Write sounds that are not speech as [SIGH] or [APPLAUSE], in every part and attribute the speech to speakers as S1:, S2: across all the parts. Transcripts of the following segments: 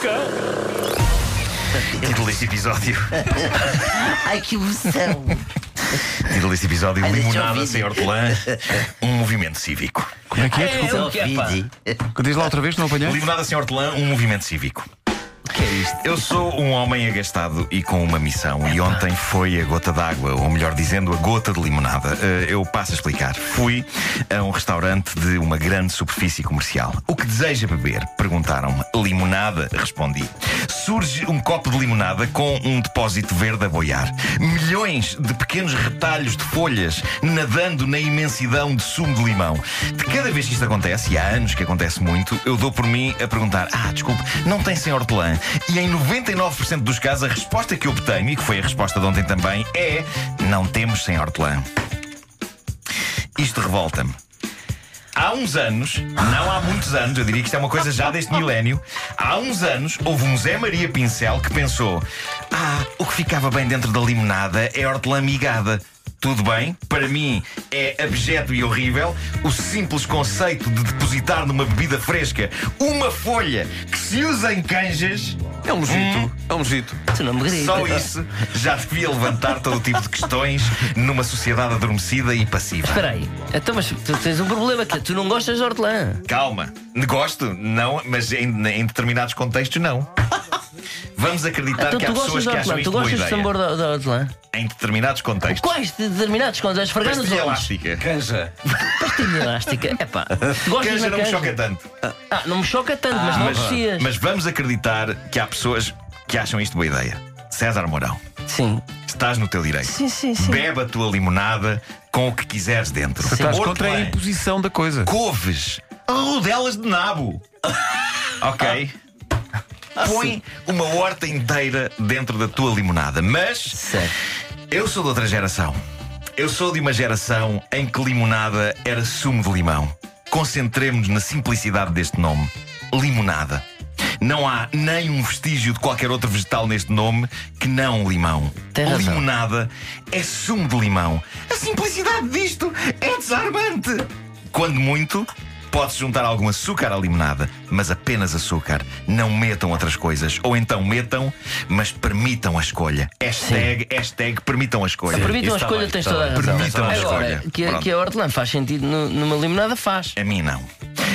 S1: cão.
S2: Título deste
S3: [LAUGHS]
S2: episódio.
S3: Ai,
S2: [LAUGHS]
S3: que emoção!
S2: Título deste episódio:
S3: Ai, deixa eu
S2: Limonada
S3: ouvir.
S2: sem hortelã, um movimento cívico.
S4: Como é que é?
S1: É,
S4: Desculpa.
S1: o que é, pá?
S3: Vídeo.
S4: Diz lá outra vez, não apanhei?
S2: Limonada sem hortelã, um movimento cívico.
S3: que é isto?
S2: Eu sou um homem agastado e com uma missão. E ontem foi a gota d'água, ou melhor dizendo, a gota de limonada. Eh, Eu passo a explicar. Fui a um restaurante de uma grande superfície comercial. O que deseja beber? Perguntaram-me. Limonada, respondi. Surge um copo de limonada com um depósito verde a boiar. Milhões de pequenos retalhos de folhas nadando na imensidão de sumo de limão. De cada vez que isto acontece, e há anos que acontece muito, eu dou por mim a perguntar: Ah, desculpe, não tem sem hortelã? E em 99% dos casos, a resposta que obtenho, e que foi a resposta de ontem também, é: Não temos sem hortelã. Isto revolta-me. Há uns anos, não há muitos anos, eu diria que isto é uma coisa já deste milénio. Há uns anos houve um Zé Maria Pincel que pensou: Ah, o que ficava bem dentro da limonada é hortelã migada. Tudo bem, para mim é abjeto e horrível o simples conceito de depositar numa bebida fresca uma folha que se usa em canjas.
S1: É um mojito, é um mojito.
S3: Tu não me gritas.
S2: Só isso já devia levantar todo o tipo de questões numa sociedade adormecida e passiva.
S3: Espera aí. Então, mas tu tens um problema, que é tu não gostas de hortelã.
S2: Calma, gosto, não, mas em, em determinados contextos não. Vamos acreditar
S3: Então,
S2: que há
S3: tu
S2: pessoas
S3: gostas de
S2: que acham
S3: hortelã. Tu
S2: isto boa
S3: gostas de
S2: ideia.
S3: sabor da da hortelã?
S2: Em determinados contextos.
S3: Quais de determinados condições? Fraganas
S2: Pastilha
S3: ou
S2: elástica.
S1: Canja.
S3: Pastilha elástica.
S2: [LAUGHS]
S3: É pá. Gostas
S2: Canja
S3: da
S2: não me
S3: canja?
S2: choca tanto.
S3: Ah, não me choca tanto, mas não
S2: mas,
S3: aprecias.
S2: mas vamos acreditar que há pessoas que acham isto boa ideia. César Mourão,
S3: Sim.
S2: estás no teu direito.
S3: Sim, sim, sim.
S2: Bebe a tua limonada com o que quiseres dentro.
S4: Estás
S2: Hortelã,
S4: contra a imposição da coisa.
S2: couves, rodelas de nabo. ok?
S4: Ah.
S2: Põe uma horta inteira dentro da tua limonada, mas.
S3: Certo.
S2: Eu sou de outra geração. Eu sou de uma geração em que limonada era sumo de limão. Concentremos-nos na simplicidade deste nome: limonada. Não há nem um vestígio de qualquer outro vegetal neste nome que não limão.
S3: Tem razão.
S2: Limonada é sumo de limão. A simplicidade disto é desarmante. Quando muito, pode-se juntar algum açúcar à limonada, mas apenas açúcar. Não metam outras coisas. Ou então metam, mas permitam a escolha. Hashtag, hashtag permitam a escolha.
S1: isso
S3: Permitam a
S1: está
S3: escolha,
S1: bem,
S3: tens
S1: está
S3: toda a
S1: bem.
S3: razão.
S2: Permitam a
S3: Agora,
S2: escolha.
S3: que, a-
S2: Pronto. É.
S3: que a hortelã faz sentido no- numa limonada, faz.
S2: A mim não.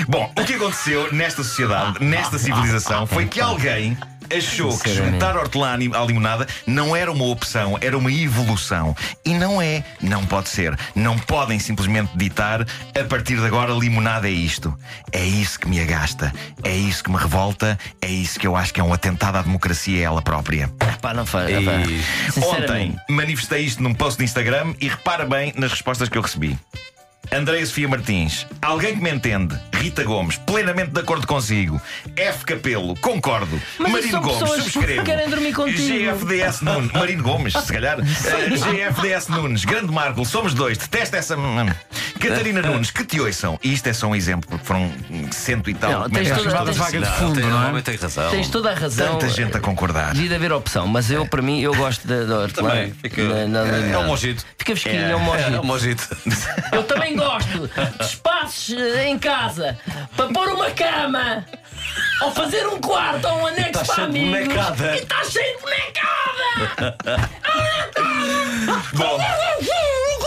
S2: Bom, o que aconteceu nesta sociedade, nesta civilização, foi que alguém achou que
S3: Sinceramente.
S2: juntar hortelã à limonada não era uma opção, era uma evolução. E não é, não pode ser. Não podem simplesmente ditar a partir de agora limonada é isto. É isso que me agasta, é isso que me revolta, é isso que eu acho que é um atentado à democracia e a ela própria.
S3: Ah, pá, não faz. ah, pá.
S2: Ontem
S3: Sinceramente.
S2: manifestei isto num post de Instagram e repara bem nas respostas que eu recebi. Andréia Sofia Martins, alguém que me entende, Rita Gomes, plenamente de acordo consigo, F. Capelo, concordo,
S3: Mas isso
S2: Marino
S3: são
S2: Gomes,
S3: pessoas que
S2: subscrevo,
S3: querem dormir contigo.
S2: GFDS Nunes, Marino Gomes, se
S3: [LAUGHS]
S2: calhar, Eh, GFDS Nunes, Grande Marco, somos dois, detesta essa. Catarina
S3: Eh,
S2: Nunes, que te ouçam. E isto é só um exemplo, porque foram hum, cento e tal.
S3: Não, tens
S2: comentários.
S3: toda-
S4: Chamada
S3: tens-
S4: vaga de
S1: Não,
S4: fundo,
S1: tem,
S4: não é?
S1: normalmente tem razão.
S3: Tens toda a razão.
S2: tá Tanta gente a concordar.
S3: Devia de haver opção, mas eu, para mim, eu gosto da da hortelã.
S1: Também, fica-
S3: Na- na
S1: é, é
S3: limonada.
S1: um mojito.
S3: Fica fresquinho,
S2: É,
S3: é um
S1: É
S3: mojito.
S1: um mojito.
S3: Eu também gosto de espaços eh, em casa para pôr uma cama ou fazer um quarto ou um anexo
S1: tá
S3: para
S1: cheio de
S3: amigos.
S1: bonecada.
S3: E está cheio de bonecada!
S2: Bom,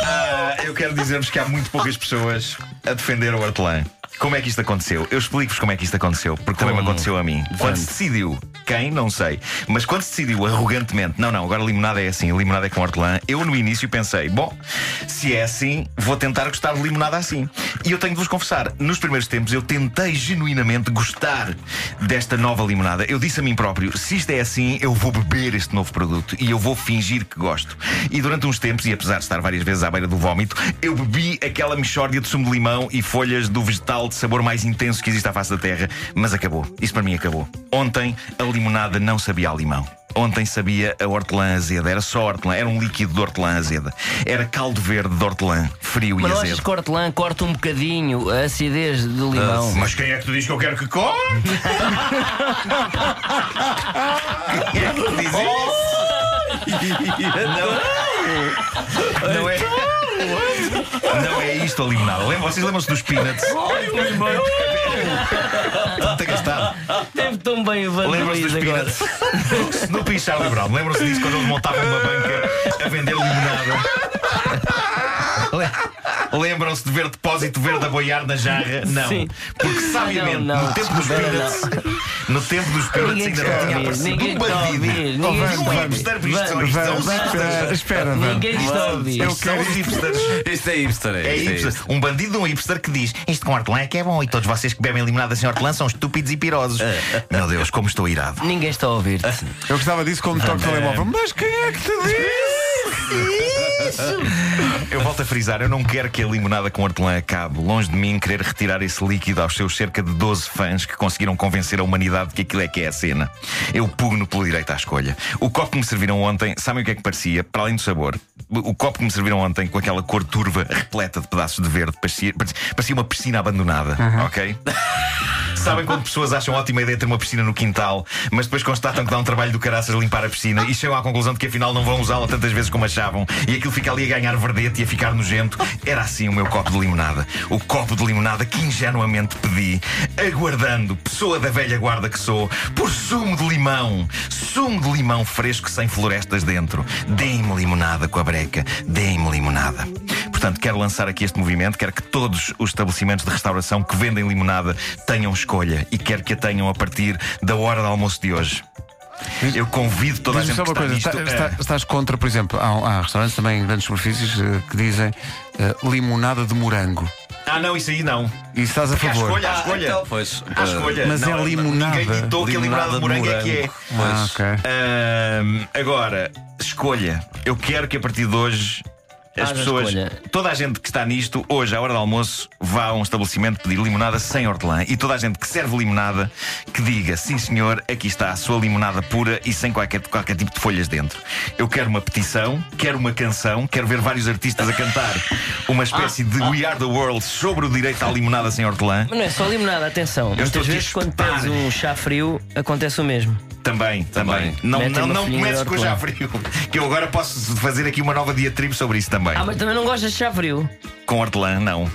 S2: ah, eu quero dizer-vos que há muito poucas pessoas a defender o hortelã. Como é que isto aconteceu? Eu explico-vos como é que isto aconteceu, porque também me aconteceu a mim. Quando se decidiu, quem? Não sei. Mas quando se decidiu arrogantemente, não, não, agora limonada é assim, limonada é com hortelã, eu no início pensei, bom, se é assim, vou tentar gostar de limonada assim. E eu tenho de vos confessar, nos primeiros tempos eu tentei genuinamente gostar desta nova limonada. Eu disse a mim próprio: se isto é assim, eu vou beber este novo produto e eu vou fingir que gosto. E durante uns tempos, e apesar de estar várias vezes à beira do vómito, eu bebi aquela mixórdia de sumo de limão e folhas do vegetal de sabor mais intenso que existe à face da terra. Mas acabou. Isso para mim acabou. Ontem a limonada não sabia a limão. Ontem sabia a hortelã azeda, era só hortelã, era um líquido de hortelã azeda. Era caldo verde de hortelã, frio
S3: Mas
S2: e
S3: não achas
S2: azedo.
S3: que a hortelã corta um bocadinho a acidez do
S1: Ah,
S3: limão?
S2: Mas quem é que tu diz que eu quero que corte? quem é que tu diz isso? Não, não é. Não é isto a limonada. Lembra, vocês lembram-se dos peanuts? Olha o limão! Está gastado.
S3: Teve tão bem o Van
S2: Lembram-se
S3: Luís
S2: dos
S3: agora.
S2: Peanuts?
S3: [LAUGHS]
S2: Snoopy e Charlie Brown. Lembram-se é disso quando eles montavam uma banca a vender limonada? Le- Lembram-se de ver depósito verde a boiar na jarra? Não.
S3: Sim.
S2: Porque, sabiamente,
S3: Não, não.
S2: no tempo dos
S3: Não, não.
S2: Peanuts, no tempo dos Peanuts
S3: Ninguém
S2: ainda
S3: quer
S2: não tinha
S3: ouvir,
S2: aparecido
S3: ninguém
S2: um
S3: quer
S2: bandido. E
S3: ouvir,
S1: é
S3: ninguém
S2: um
S3: quer
S2: hipster,
S3: ouvir.
S2: isto são- isto são os
S4: Vamos, espera,
S2: hipsters.
S4: espera, Van.
S3: Ninguém está a ouvir.
S2: Isto são os hipsters.
S1: Isto é hipster, é.
S2: É
S1: isto é
S2: hipster.
S1: hipster.
S2: Um bandido de um hipster que diz isto com hortelã é que é bom e todos vocês que bebem limonada sem hortelã são estúpidos e pirosos.
S3: É.
S2: Meu Deus, como estou irado.
S3: Ninguém está a
S1: Ah,
S3: ouvir-te.
S4: Eu gostava disso como toque de telemóvel. Mas quem é que te disse?
S2: Eu volto a frisar, eu não quero que a limonada com hortelã acabe. Longe de mim querer retirar esse líquido aos seus cerca de 12 fãs que conseguiram convencer a humanidade de que aquilo é que é a cena. Eu pugno pelo direito à escolha. O copo que me serviram ontem, sabem o que é que parecia? Para além do sabor, o copo que me serviram ontem com aquela cor turva repleta de pedaços de verde parecia, parecia uma piscina abandonada, ok? Sabem quando pessoas acham ótima ideia ter uma piscina no quintal, mas depois constatam que dá um trabalho do caraças limpar a piscina e chegam à conclusão de que afinal não vão usá-la tantas vezes como achavam e aquilo fica ali a ganhar verdete e a ficar nojento? Era assim o meu copo de limonada. O copo de limonada que ingenuamente pedi, aguardando, pessoa da velha guarda que sou, por sumo de limão. Sumo de limão fresco sem florestas dentro. Deem-me limonada com a breca. Deem-me limonada. Portanto, quero lançar aqui este movimento, quero que todos os estabelecimentos de restauração que vendem limonada tenham escolha e quero que a tenham a partir da hora do almoço de hoje. Eu convido toda a
S4: Diz-me
S2: gente
S4: só
S2: que
S4: uma
S2: está
S4: coisa,
S2: nisto.
S4: está-
S2: eh,
S4: está- estás contra, por exemplo, há, há restaurantes também em grandes superfícies eh, que dizem eh, limonada de morango.
S2: Ah, não, isso aí não.
S4: E estás a
S2: Porque há
S4: favor.
S2: escolha, há escolha.
S1: então, pois,
S2: Há
S1: eh,
S2: escolha.
S4: mas
S2: Não,
S4: é
S2: não,
S4: limonada.
S2: Ninguém ditou que a limonada de morango é que é.
S4: Ah,
S1: Mas-
S4: ok.
S2: Ahm, agora, escolha. Eu quero que a partir de hoje as
S3: Haja
S2: pessoas,
S3: escolha.
S2: toda a gente que está nisto, hoje, à hora do almoço, vá a um estabelecimento pedir limonada sem hortelã. E toda a gente que serve limonada, que diga: sim senhor, aqui está a sua limonada pura e sem qualquer, qualquer tipo de folhas dentro. Eu quero uma petição, quero uma canção, quero ver vários artistas a cantar uma espécie de We Are the World sobre o direito à limonada sem hortelã.
S3: Mas não é só limonada, atenção.
S2: estou
S3: Muitas
S2: aqui a
S3: vezes quando
S2: espetar.
S3: tens um chá frio, acontece o mesmo.
S2: Também, também.
S1: Também.
S2: Não,
S3: Metem
S2: não,
S3: uma
S2: não
S3: folhinha
S2: comeces
S3: de
S2: com o chá
S3: hortelã.
S2: frio, [LAUGHS] que eu agora posso fazer aqui uma nova diatribe sobre isso também.
S3: Ah, mas também não gostas de chá frio.
S2: Com hortelã, não.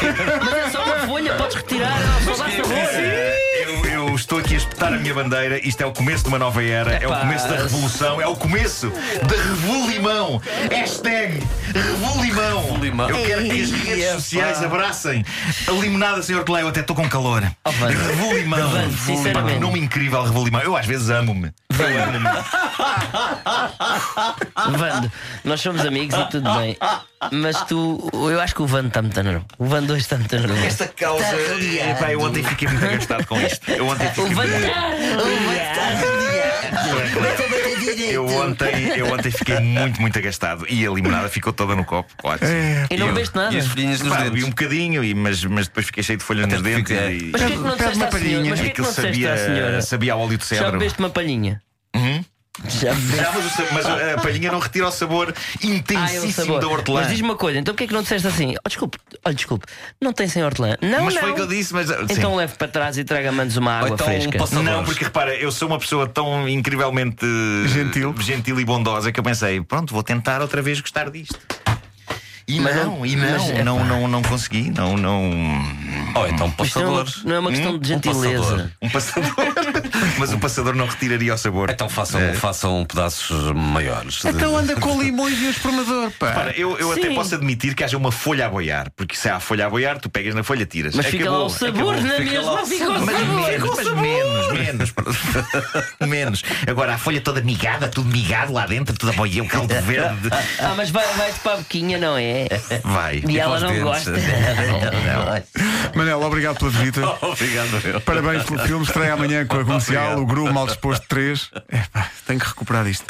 S3: É só uma folha, podes retirar, não, só dá
S2: é
S3: sabor.
S2: Eu, Eh, eu estou aqui a espetar a minha bandeira. Isto é o começo de uma nova era, é o
S3: Epá.
S2: começo da revolução, é o começo da Revolimão. Hashtag Revolimão.
S1: Revolimão.
S2: Eu quero que as redes sociais abracem a limonada, senhor Cleo. Eu até estou com calor.
S3: Oh, Vanda.
S2: Revolimão.
S3: Vanda, sinceramente.
S2: Pá, que nome incrível, Revolimão. Eu às vezes amo-me. Eu amo-me.
S3: Ah. Vando, nós somos amigos e tudo bem. Mas tu, eu acho que o Vando está muito nervoso. O Vando hoje está muito nervoso.
S2: Esta causa. Epá, eu ontem fiquei muito agastado com isto. Eu
S3: [LAUGHS]
S2: ontem
S3: O
S2: fiquei muito
S3: Vando tá
S2: agastado.
S3: está. O
S2: Eu ontem, eu ontem fiquei muito, muito agastado e a limonada ficou toda no copo, claro.
S4: É.
S3: E não
S2: eu-
S3: bebeste nada.
S1: E as folhinhas nos
S2: Pá,
S1: dentes.
S2: bebi um bocadinho, e- mas, mas depois fiquei cheio de folhas nos
S1: porque
S2: dentes
S1: é.
S2: e.
S3: Mas porquê que não
S4: Pede
S3: disseste
S4: uma
S3: à senhora?
S4: palhinha.
S3: Mas porquê que
S2: Aquilo
S3: não disseste à senhora?
S2: sabia, sabia ao óleo de
S3: Já
S2: cedro.
S3: bebeste uma palhinha?
S2: Hum?
S3: Já bebeste.
S2: Já, mas, o sa- mas a palhinha não retira o sabor
S3: Ah, é o
S2: intensíssimo
S3: sabor.
S2: da hortelã.
S3: Mas diz-me uma coisa, então porquê é que não disseste assim? Oh, desculpe, olha, desculpe, não tem sem hortelã. Não,
S2: Mas
S3: não.
S2: foi o que eu disse, mas.
S3: Então
S2: sim. um
S3: leve para trás e traga-me uma água
S1: então
S3: fresca.
S1: posso-
S2: Não,
S1: Sabores.
S2: porque repara, eu sou uma pessoa tão incrivelmente
S4: Gentil.
S2: gentil e bondosa que eu pensei, pronto, vou tentar outra vez gostar disto. E
S3: Mas
S2: não,
S3: não-
S2: e não,
S3: mas, é epá.
S2: não, não, não consegui, não, não.
S1: Oh, então
S3: Isto não,
S1: passadores.
S3: não é uma questão de
S1: um passador.
S3: gentileza.
S2: Um
S3: [LAUGHS]
S2: passador. Mas o passador não retiraria o sabor.
S1: Então
S3: um-
S1: façam, façam pedaços maiores. de-
S4: Então anda com limões e um espremador, pá.
S2: Para, eu eu até
S3: Sim.
S2: posso admitir que haja uma folha a boiar, porque se há a folha a boiar, tu pegas na folha, tiras.
S1: É
S3: mas fica lá o
S2: Acabou,
S3: sabor
S2: acabou.
S3: na
S1: fica lá
S3: mesma,
S1: o
S3: fica o
S2: Mas
S3: sabor.
S2: menos, mas menos, menos, menos. [LAUGHS] Agora a folha toda migada, tudo migado lá dentro, tudo a boia, um caldo verde.
S3: Ah, mas vai- vai-te para a boquinha,
S1: [LAUGHS]
S3: não é?
S2: Vai.
S3: E ela
S1: os
S3: não
S1: dentes. [LAUGHS]
S3: gosta.
S4: Manel, obrigado pela visita.
S1: Obrigado, eu.
S4: Parabéns pelo filme. Estreia amanhã com a comercial, o Gru É Mal Disposto 3. Epá, tenho que recuperar isto.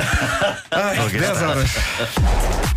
S4: Ai, 10 horas.